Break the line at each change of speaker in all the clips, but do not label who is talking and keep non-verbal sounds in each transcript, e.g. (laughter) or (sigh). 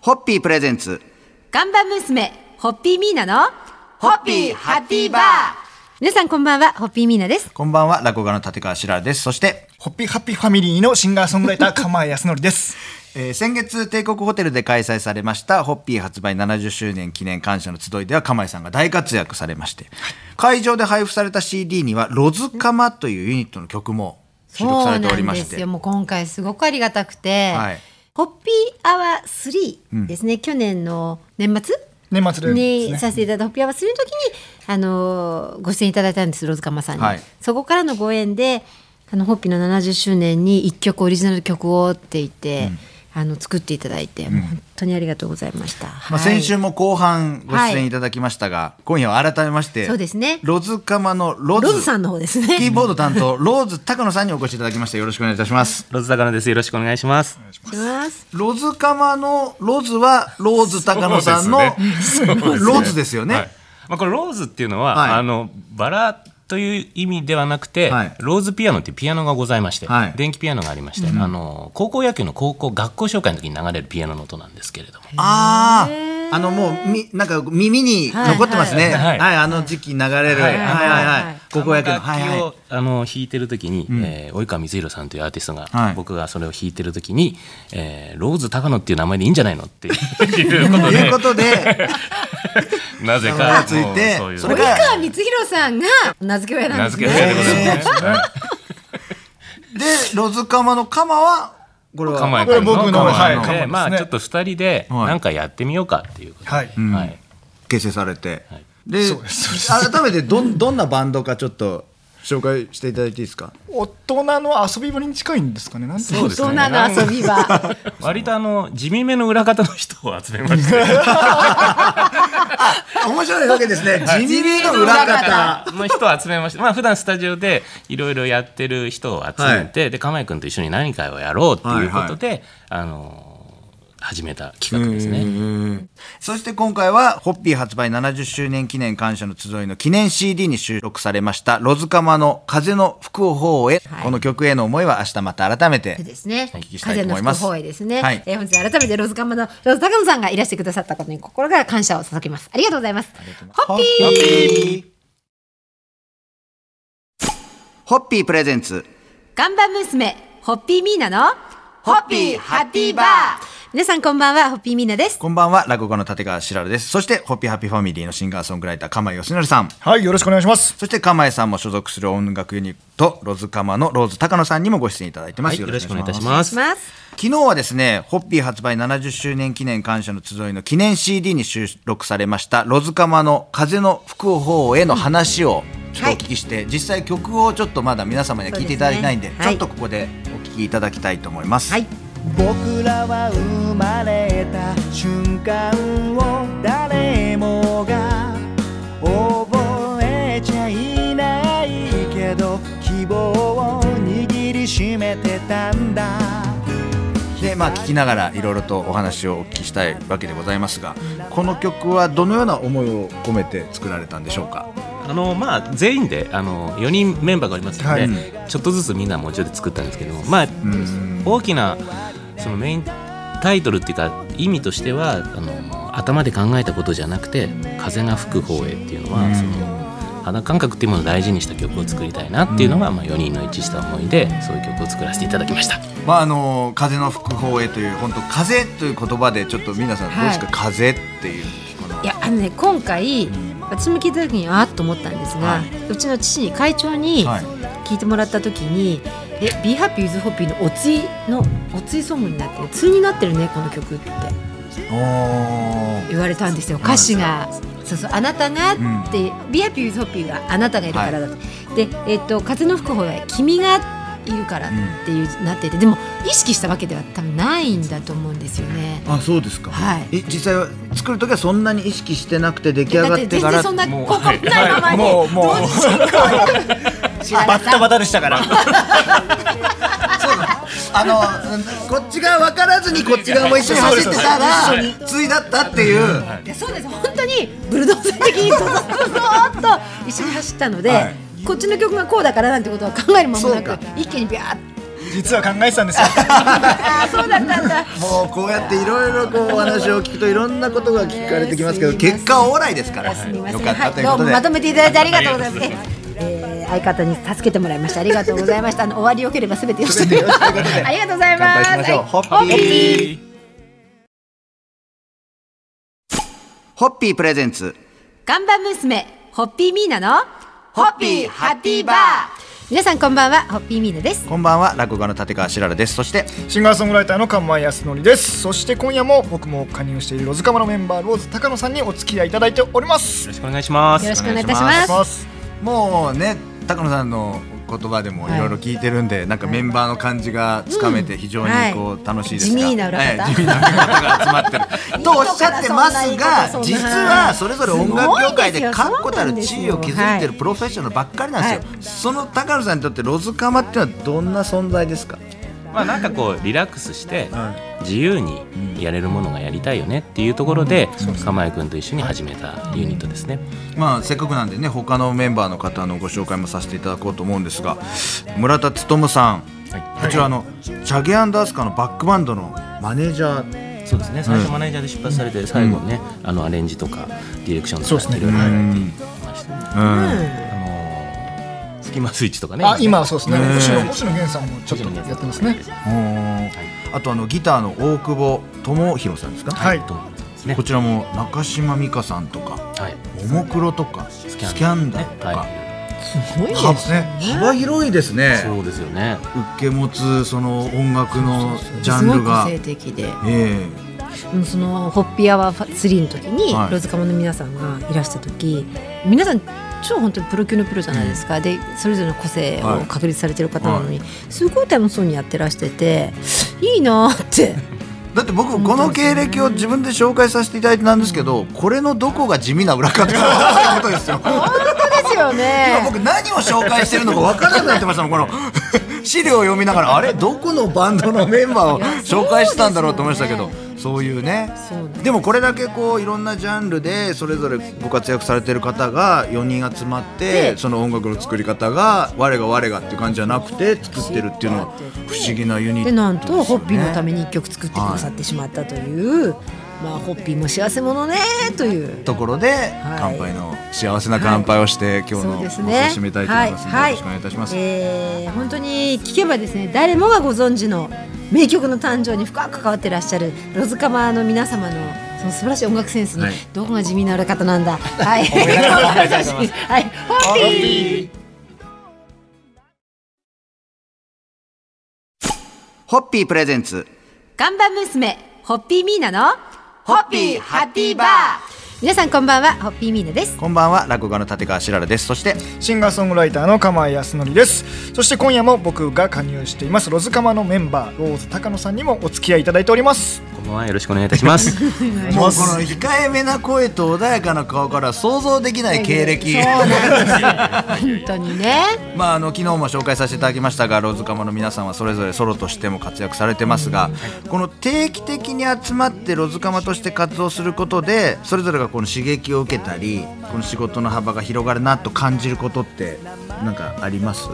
ホッピープレゼンツ。
ガンバ娘、ホッピーミーナの、
ホッピーハッピーバー
皆さんこんばんは、ホッピーミーナです。
こんばんは、落語家の立川しららです。そして、
ホッピーハッピーファミリーのシンガーソングラ
(laughs)
イター、鎌谷康則です。
えー先月、帝国ホテルで開催されました、ホッピー発売70周年記念感謝の集いでは、釜井さんが大活躍されまして、会場で配布された CD には、ロズカマというユニットの曲も収録されておりま
そうなん
し
で
て
すよ。、もう今回すごくありがたくて、
はい
ホッピーアワー3ですね、去年の年末
年末で
に
です
さ
ね。
せていただいたホッピーアワー3の時に、あのーご出演いただいたんですロズカマさんに、
はい
そこからのご縁であのホッピーの70周年に1曲オリジナル曲をって言って、あの作っていただいて、もう本当にありがとうございました、
まあ、
はい
先週も後半ご出演いただきましたが、今夜は改めまして
そうですね
ロズカマのロズ
ロズさんの方ですね
キーボード担当ローズ高野さんにお越しいただきましたよろしくお願いいたします
ロズ高野です。よろしくお願いします。
します
ロズカマのロズはローズ高野さんの、
そうですねそうですね
ローズですよね、
はいまあこれローズっていうのは、
はい
あのバラという意味ではなくて、
はい
ローズピアノっていうピアノがございまして、
はい
電気ピアノがありまして、あの高校野球の高校学校紹介の時に流れるピアノの音なんですけれども。
あああのもうみなんか耳に残ってますねはい、
はいはい
あの時期流れる、は、
はい
はいはい
い
はい高校野球のはい
あの楽器を
は
あの弾いてる時に、えー及川光弘さんというアーティストが、
はい
僕がそれを弾いてる時に、えーローズ高野っていう名前でいいんじゃないのっていうこ
い
と
と (laughs) いう
で
ことで
なぜ
名前が
か
ついて
もうそういう
それ
及
が
川光弘さんが名付け親なん
名
です
付
ね
け親でございます。
でロズカマのカマはこれは
構え
これ僕の
はい
で
構えですね
まあちょっと二人で
はい
なんかやってみようかっていうことで
はい。
はい
結成されて、
はい
で
そうですそう
改めてどんどんなバンドかちょっと紹介していただいていいですか
大人の遊び場に近いんですかね。なんていう
そ
の
う
大
です
人の遊
ね
(laughs)
びは
割とあの地味めの裏方の人を集めまして
面白いわけですね地味めの裏
裏
方
方
の人を集 (laughs) めましてまあ普段スタジオでいろいろやってる人を集めてで釜井君と一緒に何かをやろうっていうことであのー始めた企画ですね
そして今回はホッピー発売70周年記念感謝の集いの記念 CD に収録されました「ロズカマの風の吹く方へ」
はい
この曲への思いは明日また改めて
そうですね
お聞きしたい
風
と
の
思い
吹
ま
く
す
方へですね、
はい
えー本日改めてローズカンマのローズ高野さんがいらしてくださったことに心から感謝を捧げますありがとうございますホッピー
ホッピーホッピープレゼンツ
ガンバ娘、ホッピーミーナの、
ホッピーハッピーバー
皆さんこんばんは、ホッピーミーナです。
こんばんは落語家の立川しらるですそしてホッピーハッピーファミリーのシンガーソングライター釜井義則さん
はい、よろしくお願いします。
そして釜井さんも所属する音楽ユニットロズカマのローズ高野さんにもご出演いただいてま
は
す、
いよろしくお願いいたし
す
ます
ます。
昨日はですねホッピー発売70周年記念感謝の集いの記念 CD に収録されましたロズカマの風の吹く方への話をちょっとお聞きして、実際曲をちょっとまだ皆様には聞いていただいてないんで
そうですね
ちょっとここでお聞きいただきたいと思います、
はい。
僕らは生まれた瞬間を誰もが覚えちゃいないけど希望を握りしめてたんだ
でまあ聞きながらいろいろとお話をお聞きしたいわけでございますがこの曲はどのような思いを込めて作られたんでしょうか
あのまあ、全員であの4人メンバーがおりますので、ちょっとずつみんなもうちょいで作ったんですけども、まあ、大きなそのメインタイトルっていうか意味としてはあの頭で考えたことじゃなくて「風が吹く方へ」っていうのは、その肌感覚っていうものを大事にした曲を作りたいなっていうのが、まあ、4人の一致した思いでそういう曲を作らせていただきました。
まああの風の吹く方へという本当風という言葉でちょっと皆さんどうですか、
は
風っていうこの
いや、あのね、今回、私も聞いた時に、あーっと思ったんですが、
は
うちの父に会長に
はい
聞いてもらった時に、え、ビーハッピーズホッピーのおついの、おついソングになってる、通になってるね、この曲って
おー
言われたんですよ、歌詞が。そうそう、あなたがって、ビーハッピーズホッピーはあなたがいるからだと。で、えっと、風の吹く方へ、君が。いるからっていうなってて、でも意識したわけでは多分ないんだと思うんですよね。
あそうですか、
はい
え実際は作る時はそんなに意識してなくて出来上
だ
が
っ
ってて
全
から
然そんな
もう
効果もないままに
もう、もう、
知らなかった
バタでしたから
あのうん
(laughs)
こっちが分からずにこっち側も一緒に走ってたらついだったっていう、
いやそうです本当にブルドーザー的にゾゾゾゾーっと一緒に走ったので、
はい
こっちの曲がこうだからなんてことは考える間もな
そう
く一気にビャーッ
実は考えてたん (laughs) ですよ
あそうだったんだ
もうこうやっていろいろこうお話を聞くといろんなことが聞かれてきますけど結果オーライですから
すみません
よかったという
は
こと
どう
で
もまとめていただいてありがとうございますえー相方に助けてもらいましたありがとうございましたあの終わりよければすべてよしということでありがとうございま
乾杯
す
しましょうホ
はい
ッピーホッピープレゼンツ
ガンバ娘、ホッピーミーナの、
ホッピーハッピーバー。
皆さんこんばんは、ホッピーミーナです。
こんばんは落語家の立川しららですそして
シンガーソングライターの釜井康則ですそして今夜も僕も加入しているロズカマのメンバーローズ高野さんにお付き合いいただいております
ろしくお願いします
よろしくお願いいたし
お願
ま
い
す。
ます
もうね高野さんの言葉でもいろいろ聞いてるんで、なんかメンバーの感じがつかめて非常にこう楽しいですが、
地味な裏方
ええ地味な裏方が集ま
(laughs)
ってるとおっしゃってますが
いいとこだそんな言い方そんな
実はそれぞれ音楽業界で確固たる地位を築
そうないん
て
で
る
す
プロフェッショナルばっかりなんですよ、その高野さんにとってロズカマっていうのはどんな存在ですか、
まあなんかこうリラックスして自由にやれるものがやりたいよねっていうところで釜井君と一緒に始めたユニットですね。
まあせっかくなんでね他のメンバーの方のご紹介もさせていただこうと思うんですが村田勉さん、こちらあのチャゲアンダースカのバックバンドのマネージャー
そうですね。最初マネージャーで出発されて最後ねあのアレンジとかディレクションとかいろいろやられていましたね。あのースキマスイッチとかね。
あ今そうですね
ね
星野星野源さんもちょっとやってますね
おーあとあのギターの大久保智弘さんですか、
はい
と思うんですね
こ。ちらも中島美嘉さんとか
はい。
ももクロとかスキャンダルとか、
はい。
幅幅広いですね
そうですよね。
受け持つその音楽のジャンルが
すごい個性的で、
え
うんそのホッピーアワー3の時に、
はい
ロズカモの皆さんがいらした時、皆さん超本当にプロ級のプロじゃないですか、でそれぞれの個性を確立されてる方なのに、すごい楽しそうにやってらしてていいなー (laughs) って。
えだって僕この経歴を自分で紹介させていただいてなんですけどこれのどこが地味な裏方かっていうことですよ
そうですよ
今
ね。
僕何を紹介してるのか分からなくなってましたもんこの (laughs) 資料を読みながらあれどこのバンドのメンバーを紹介したんだろうと思いましたけどそういうね
そうね
でもこれだけこういろんなジャンルでそれぞれご活躍されてる方が4人集まって
で
その音楽の作り方が我が我がっていう感じじゃなくて作ってるっていうのは不思議なユニット
でなんとホッピーのため
に
に1曲作ってくださってしまったという、まあホッピーも幸せ者ねという
ところで乾杯の幸せな乾杯をして今日の
そう
放
で
送
す
を
ね
締めたいと思いますのでよろしくお願いいたします。
えー本当に聞けばですね誰もがご存知の名曲の誕生に深く関わってらっしゃるロズカマの皆様のその素晴らしい音楽センスに、
はい
どこが地味な裏方なんだはい (laughs) はいホッピー
ホッピープレゼンツ
看板娘ホッピーミーナの
ホッピーハッピーバー
皆さんこんばんはホッピーミーナです
こんばんは落語家の立川しららですそして
シンガーソングライターの釜井康則ですそして今夜も僕が加入していますロズカマのメンバーローズ高野さんにもお付き合いいただいております
こんばんはよろしくお願いいたします。 (laughs)
もうこの控えめな声と穏やかな顔から想像できない経歴
そうなんですよ本当にね
(laughs) まあ、あの昨日も紹介させていただきましたがローズカマの皆さんはそれぞれソロとしても活躍されてますが、この定期的に集まってロズカマとして活動することでそれぞれがこの刺激を受けたりこの仕事の幅が広がるなと感じることってなんかあります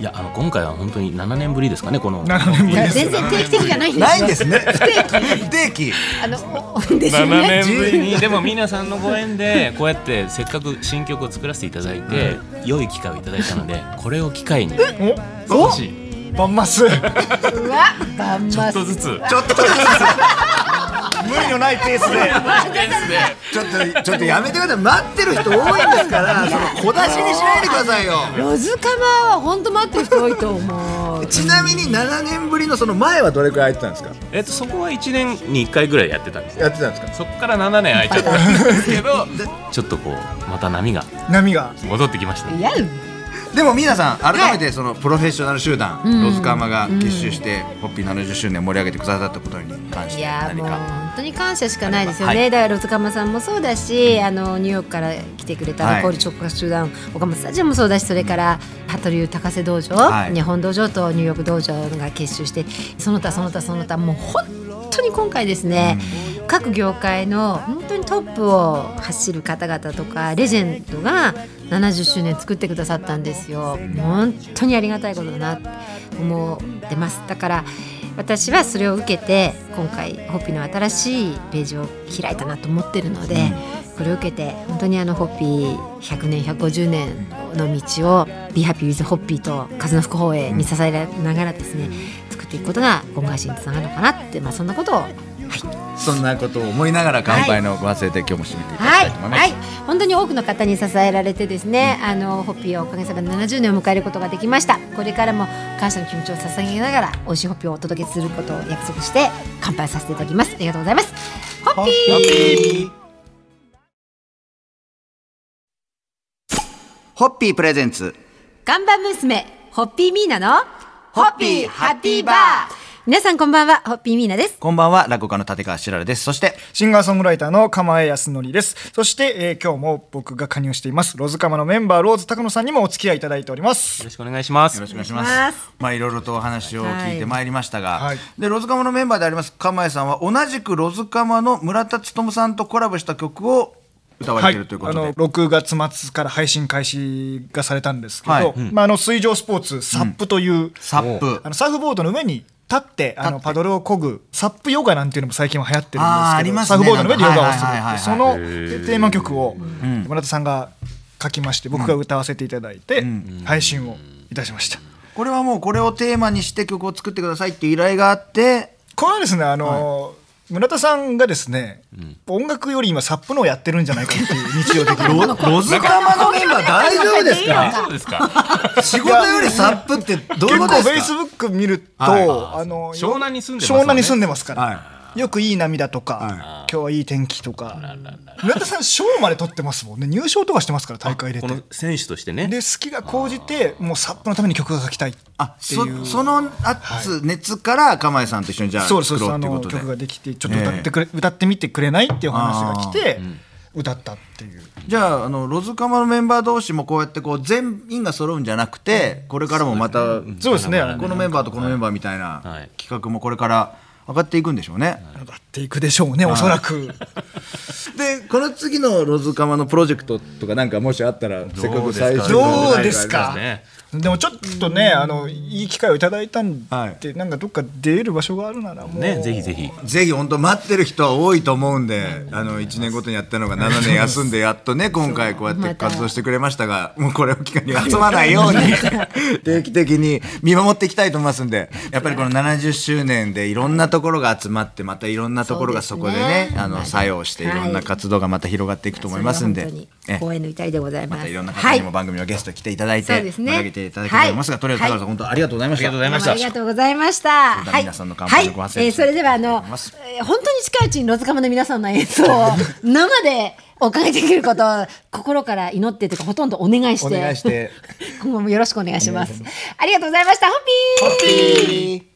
いやあの今回は本当に7年ぶりですかねこの。
7年ぶりです
全然定期的じゃないんですよ
ないんですね (laughs) 不定期
あのおですよ
7
ね
年ぶりにでも皆さんのご縁でこうやってせっかく新曲を作らせていただいて、良い機会をいただいたの (laughs) でこれを機会に少し
バンマス
うわバンマス
ちょっとずつ
ちょっと
無理のないペースで
ちょっとちょっとやめてください待ってる人多いんですからその小出しにしないでくださいよ
ロズカマは本当待ってる人多いと思う
ちなみに7年ぶりのその前はどれくらい空いてたんですか
えっとそこは1年に1回ぐらいやってたんですよ
やってたんですか
そこから7年空いちゃったんですけどちょっとこうまた波が
波が
戻ってきました
いや
でも皆さん改めてそのプロフェッショナル集団、
ん
ロズカマが結集して、ホッピー70周年を盛り上げてくださったことに関し
い
て
や
何
もう
か
本当に感謝しかないですよね、
は
だからロズカマさんもそうだし、あのニューヨークから来てくれた
はい
コール直下集団岡本スタジオもそうだしそれから羽鳥高瀬道場、
はい
日本道場とニューヨーク道場が結集してその他その他その他もう本当に今回ですね、各業界の本当にトップを走る方々とかレジェンドが70周年作ってくださったんですよ本当にありがたいことだなって思ってますだから私はそれを受けて今回ホッピーの新しいページを開いたなと思ってるので、これを受けて本当にあのホッピー100年150年の道を「BeHappyWith ホッピー」と「風の吹く放映」に支えながらですね、作っていくことが今回進につながるのかなって、まあ、そんなことを
そんなことを思いながら乾杯のご発声で今日も締めていただきたいと思います、
はい、本当に多くの方に支えられてですね、あのホッピーはおかげさまで70年を迎えることができましたこれからも感謝の気持ちを捧げながら美味しいホッピーをお届けすることを約束して乾杯させていただきますありがとうございますホッピー
ホッピープレゼンツ
ガンバ娘ホッピーミーナの
ホッピーハッピーバー
皆さんこんばんはホッピーミーナです
こんばんは落語家の立川しららですそして
シンガーソングライターの釜江康則です。そして、えー今日も僕が加入しています、ロズカマのメンバー、ローズ高野さんにもお付き合いいただいております。
ろしくお願いします
よろしくお
お
願い
願い
し
し
ま
ますす。
まあいろいろとお話を聞いてまいりましたが、
はい
でロズカマのメンバーであります釜井さんは同じくロズカマの村田勉さんとコラボした曲を歌われているということで、
あの6月末から配信開始がされたんですけど、
はい
まあ、あの水上スポーツサップという、
サップ
あのサーフボードの上に立ってあのパドルを漕ぐサップヨガなんていうのも最近は流行ってるんですけど
あーありますね
サーフボードの上でヨガをする
はいはいはいはい
そのテーマ曲を村田さんが書きまして僕が歌わせていただいて配信をいたしました。
これはもうこれをテーマにして曲を作ってくださいっていう依頼があって
これはですねあの、村田さんがですね、音楽より今サップのをやってるんじゃないかっていう日常的
ロ
に
ロズカマのメンバー大丈夫ですか
そうですか (laughs)
仕事よりサップってどういう
結
こと
構
で
フェイ
す
ス
か
ブック見ると、
はい
あの
湘南に住んでます
湘
よね
南に住んでますから、
は
よくいい波だとか、
はい
今日はいい天気とか村田さん賞まで取ってますもんね入賞とかしてますから大会入れ
こ
て
の選手としてね
で好きが高じてもうサップのために曲が書きたい
あそその熱熱から釜井さんと一緒にじゃあ
そう
作
ですそうです
ろう
あ
っていうこと
の
で
曲ができてちょっと歌ってくれ、歌ってみてくれないっていうお話が来て、歌ったっていう
じゃああのロズカマのメンバー同士もこうやってこう全員が揃うんじゃなくてこれからもまた
そうですね
このメンバーとこのメンバーみたいな
はい
企画もこれから上がっていくんでしょうね。
上がっていくでしょうねおそ
(laughs)
らく。
でこの次のロズカマのプロジェクトとかなんかもしあったらせっかく最初
どうですか
ね
でもちょっとね、あのいい機会をいただいたんで、
はい
なんかどっか出れる場所があるならもう
ねぜひぜひ
ぜひ本当待ってる人は多いと思うんで、あの1年ごとにやったのが7年休んでやっとね今回こうやって活動してくれましたがもうこれを機会に集まないように (laughs) 定期的に見守っていきたいと思いますんでやっぱりこの70周年でいろんなところが集まってまたいろんなところがそこでね
そうですね
あの作用してい
はい
ろんな活動がまた広がっていくと思いますんで。
それ
え
は本当に
え
公演の至りでございます
またいろんな方にも
はい
番組のゲスト来ていただいて、
そうです
盛
ね
り上げていただきたいと思いますが、
はい
とりあえず高田さん、本当ありがとうございました。
ありがとうございました
ありがとうございました。
それでは皆さんの乾
は
杯
い
のご発
は
声
いえーそれではあの、えー本当に近いうちにロズカマの皆さんの演奏
(laughs)
を生でお伺いできることを心から祈ってというかほとんどお願いして (laughs)
お願いして
今後もよろしくお願いします。ありがとうございました。ホッピー
ホッピー